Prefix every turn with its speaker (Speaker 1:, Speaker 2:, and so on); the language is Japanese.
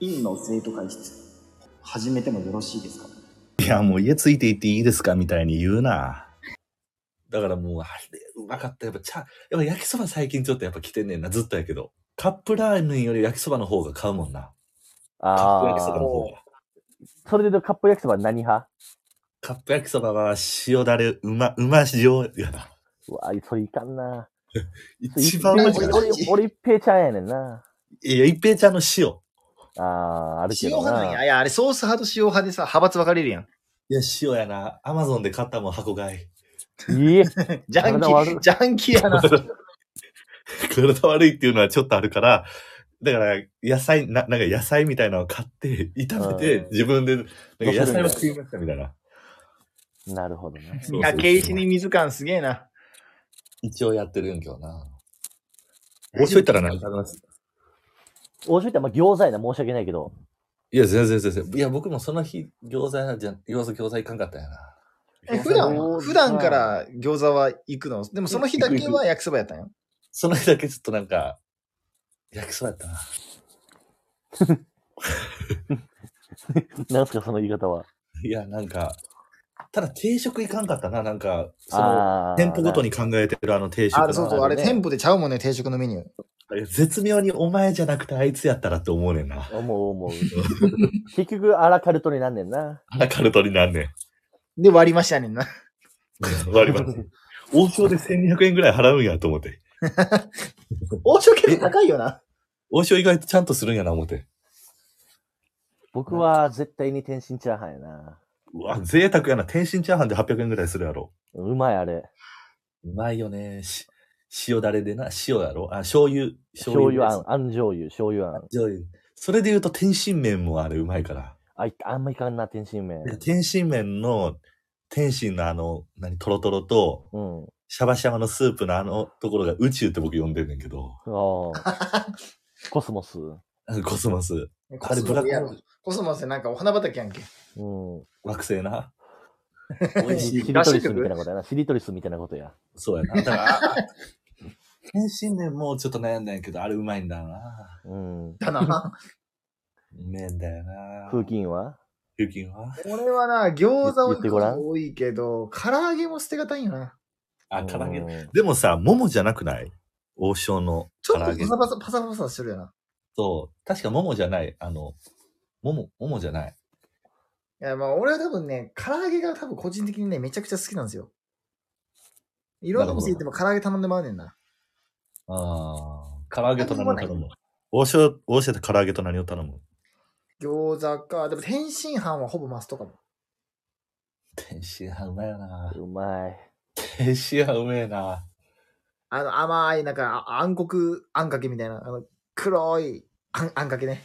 Speaker 1: 院の生徒会室始めてもよろしいですか
Speaker 2: いや、もう家ついて行っていいですかみたいに言うな。だからもう、あれ、うまかった。やっぱ、ちゃ、やっぱ焼きそば最近ちょっとやっぱ来てんねんな。ずっとやけど。カップラーメンより焼きそばの方が買うもんな。カップ
Speaker 3: あ
Speaker 2: 焼きそばの
Speaker 3: あ。
Speaker 2: 方が。
Speaker 3: それで言うとカップ焼きそば何派
Speaker 2: カップ焼きそばは塩だれ、うま、うま塩やな。
Speaker 3: うわ、それいかんな。
Speaker 2: 一番
Speaker 3: 俺
Speaker 1: マ
Speaker 2: 美味
Speaker 1: ジ
Speaker 2: し
Speaker 1: で
Speaker 2: い
Speaker 3: 俺、。俺、俺一平ちゃんやねんな。
Speaker 2: いや、一平ちゃんの塩。
Speaker 3: ああ、あるけ
Speaker 1: 塩
Speaker 3: ど
Speaker 1: 派
Speaker 3: な。
Speaker 1: なんや。いや、あれ、ソース派と塩派でさ、派閥分かれるやん。
Speaker 2: いや、塩やな。アマゾンで買ったもん、箱買い。
Speaker 3: いえ、
Speaker 1: ジャンキ
Speaker 3: 体悪い
Speaker 1: ー、ジャンキーやな。
Speaker 2: 体悪いっていうのはちょっとあるから、だから、野菜、な、なんか野菜みたいなのを買って、炒め
Speaker 3: う
Speaker 2: て
Speaker 3: ん、
Speaker 2: 自分で、なんか野菜
Speaker 3: ど
Speaker 2: を
Speaker 3: うす
Speaker 2: 食いましたみたいな。
Speaker 3: なるほどね。
Speaker 2: そうそうそう
Speaker 1: いや、ケイシに水感すげえな。
Speaker 2: 一応やってるやん、今日な。王将行ったら何食べます
Speaker 3: 王将ってあんま餃子やな、申し訳ないけど。
Speaker 2: いや、全然全然。いや、僕もその日、餃子じゃ、餃子餃子いかんかったんやな。
Speaker 1: え、
Speaker 2: 餃
Speaker 1: 普
Speaker 2: 子
Speaker 3: そう
Speaker 1: 段、普段から餃子は行くのでもその日だけは焼きそばやったんよ。
Speaker 2: その日だけちょっとなんか、焼きそばやったな。
Speaker 3: なんすか、その言い方は。
Speaker 2: いや、なんか、ただ定食いかんかったな、なんか、その、
Speaker 3: ああ。
Speaker 2: 店舗ごとに考えてるあの定食の
Speaker 1: あ、そうそう、あれ
Speaker 3: ね
Speaker 1: 店舗でちゃうもんね、定食のメニュー。
Speaker 2: いや絶妙にお前じゃなくてあいつやったらって思うねんな。
Speaker 3: 思う思う。結局、アラカルトになんねんな。
Speaker 2: アラカルトに なんね
Speaker 1: で、割りましたねんな。
Speaker 2: ん。割ります。王将で1200円ぐらい払うんやと思って。
Speaker 1: 王将結構高いよな。
Speaker 2: 王将意外とちゃんとするんやな思って。
Speaker 3: 僕は絶対に天津チャーハンやな。
Speaker 2: うわ、贅沢やな。天津チャーハンで800円ぐらいするやろ。
Speaker 3: うまい、あれ。
Speaker 2: うまいよね。し塩だれでな。塩やろあ、醤油。
Speaker 3: 醤油
Speaker 2: で
Speaker 3: あ
Speaker 2: す
Speaker 3: ん、あん醤油、醤油あん。
Speaker 2: 醤油。それで言うと天津麺もあれうまいから。
Speaker 3: あいあんまいかんな、天津麺。
Speaker 2: で天津麺の、天津のあの、何、トロトロと、
Speaker 3: うん。
Speaker 2: シャバシャバのスープのあのところが宇宙って僕呼んでんねんけど、
Speaker 3: ああ。コスモス。う
Speaker 2: コスモス。
Speaker 1: コス
Speaker 2: ブ
Speaker 1: モ
Speaker 2: ラッ
Speaker 1: ス
Speaker 2: ク
Speaker 1: やろコスモスなんかお花畑やんけ。
Speaker 3: ん。
Speaker 2: 惑星な。
Speaker 3: 美
Speaker 2: 美味し
Speaker 3: し
Speaker 2: い。
Speaker 3: りとりすみたいなことやな。しりとりすみたいなことや。
Speaker 2: そうやな。だから、天津麺もうちょっと悩んだんやけど、あれうまいんだよな。
Speaker 3: うん。
Speaker 1: だな。
Speaker 2: 麺だよな。
Speaker 3: 風。紀委員は
Speaker 2: 風景は
Speaker 1: 俺はな、餃子
Speaker 3: 言ってごら
Speaker 1: は
Speaker 3: ん
Speaker 1: 多いけど、唐揚げも捨てがたいよな。
Speaker 2: あ、唐揚げ
Speaker 3: う。ん
Speaker 2: でもさ、ももじゃなくない王将の
Speaker 1: ち
Speaker 2: 唐
Speaker 1: ょっ
Speaker 2: 揚
Speaker 1: と
Speaker 2: げ
Speaker 1: パ。サパサ、パサパサしてるよな。
Speaker 2: そう。確かももじゃない。あの、もも、ももじゃない。
Speaker 1: いや、まあ俺は多分ね、唐揚げが多分個人的にね、めちゃくちゃ好きなんですよ。いろんな店行っても唐揚げ頼んでまうねんな。
Speaker 2: あー。唐揚げと何を頼む王将、王将で唐揚げと何を頼む
Speaker 1: 餃子か。でも天津飯はほぼマストかも。
Speaker 2: 天津飯うまいよな。
Speaker 3: うまい。
Speaker 2: 天津飯うめえな。
Speaker 1: あの甘い、なんかあ暗黒あんかけみたいな、あの黒いあんあんかけね。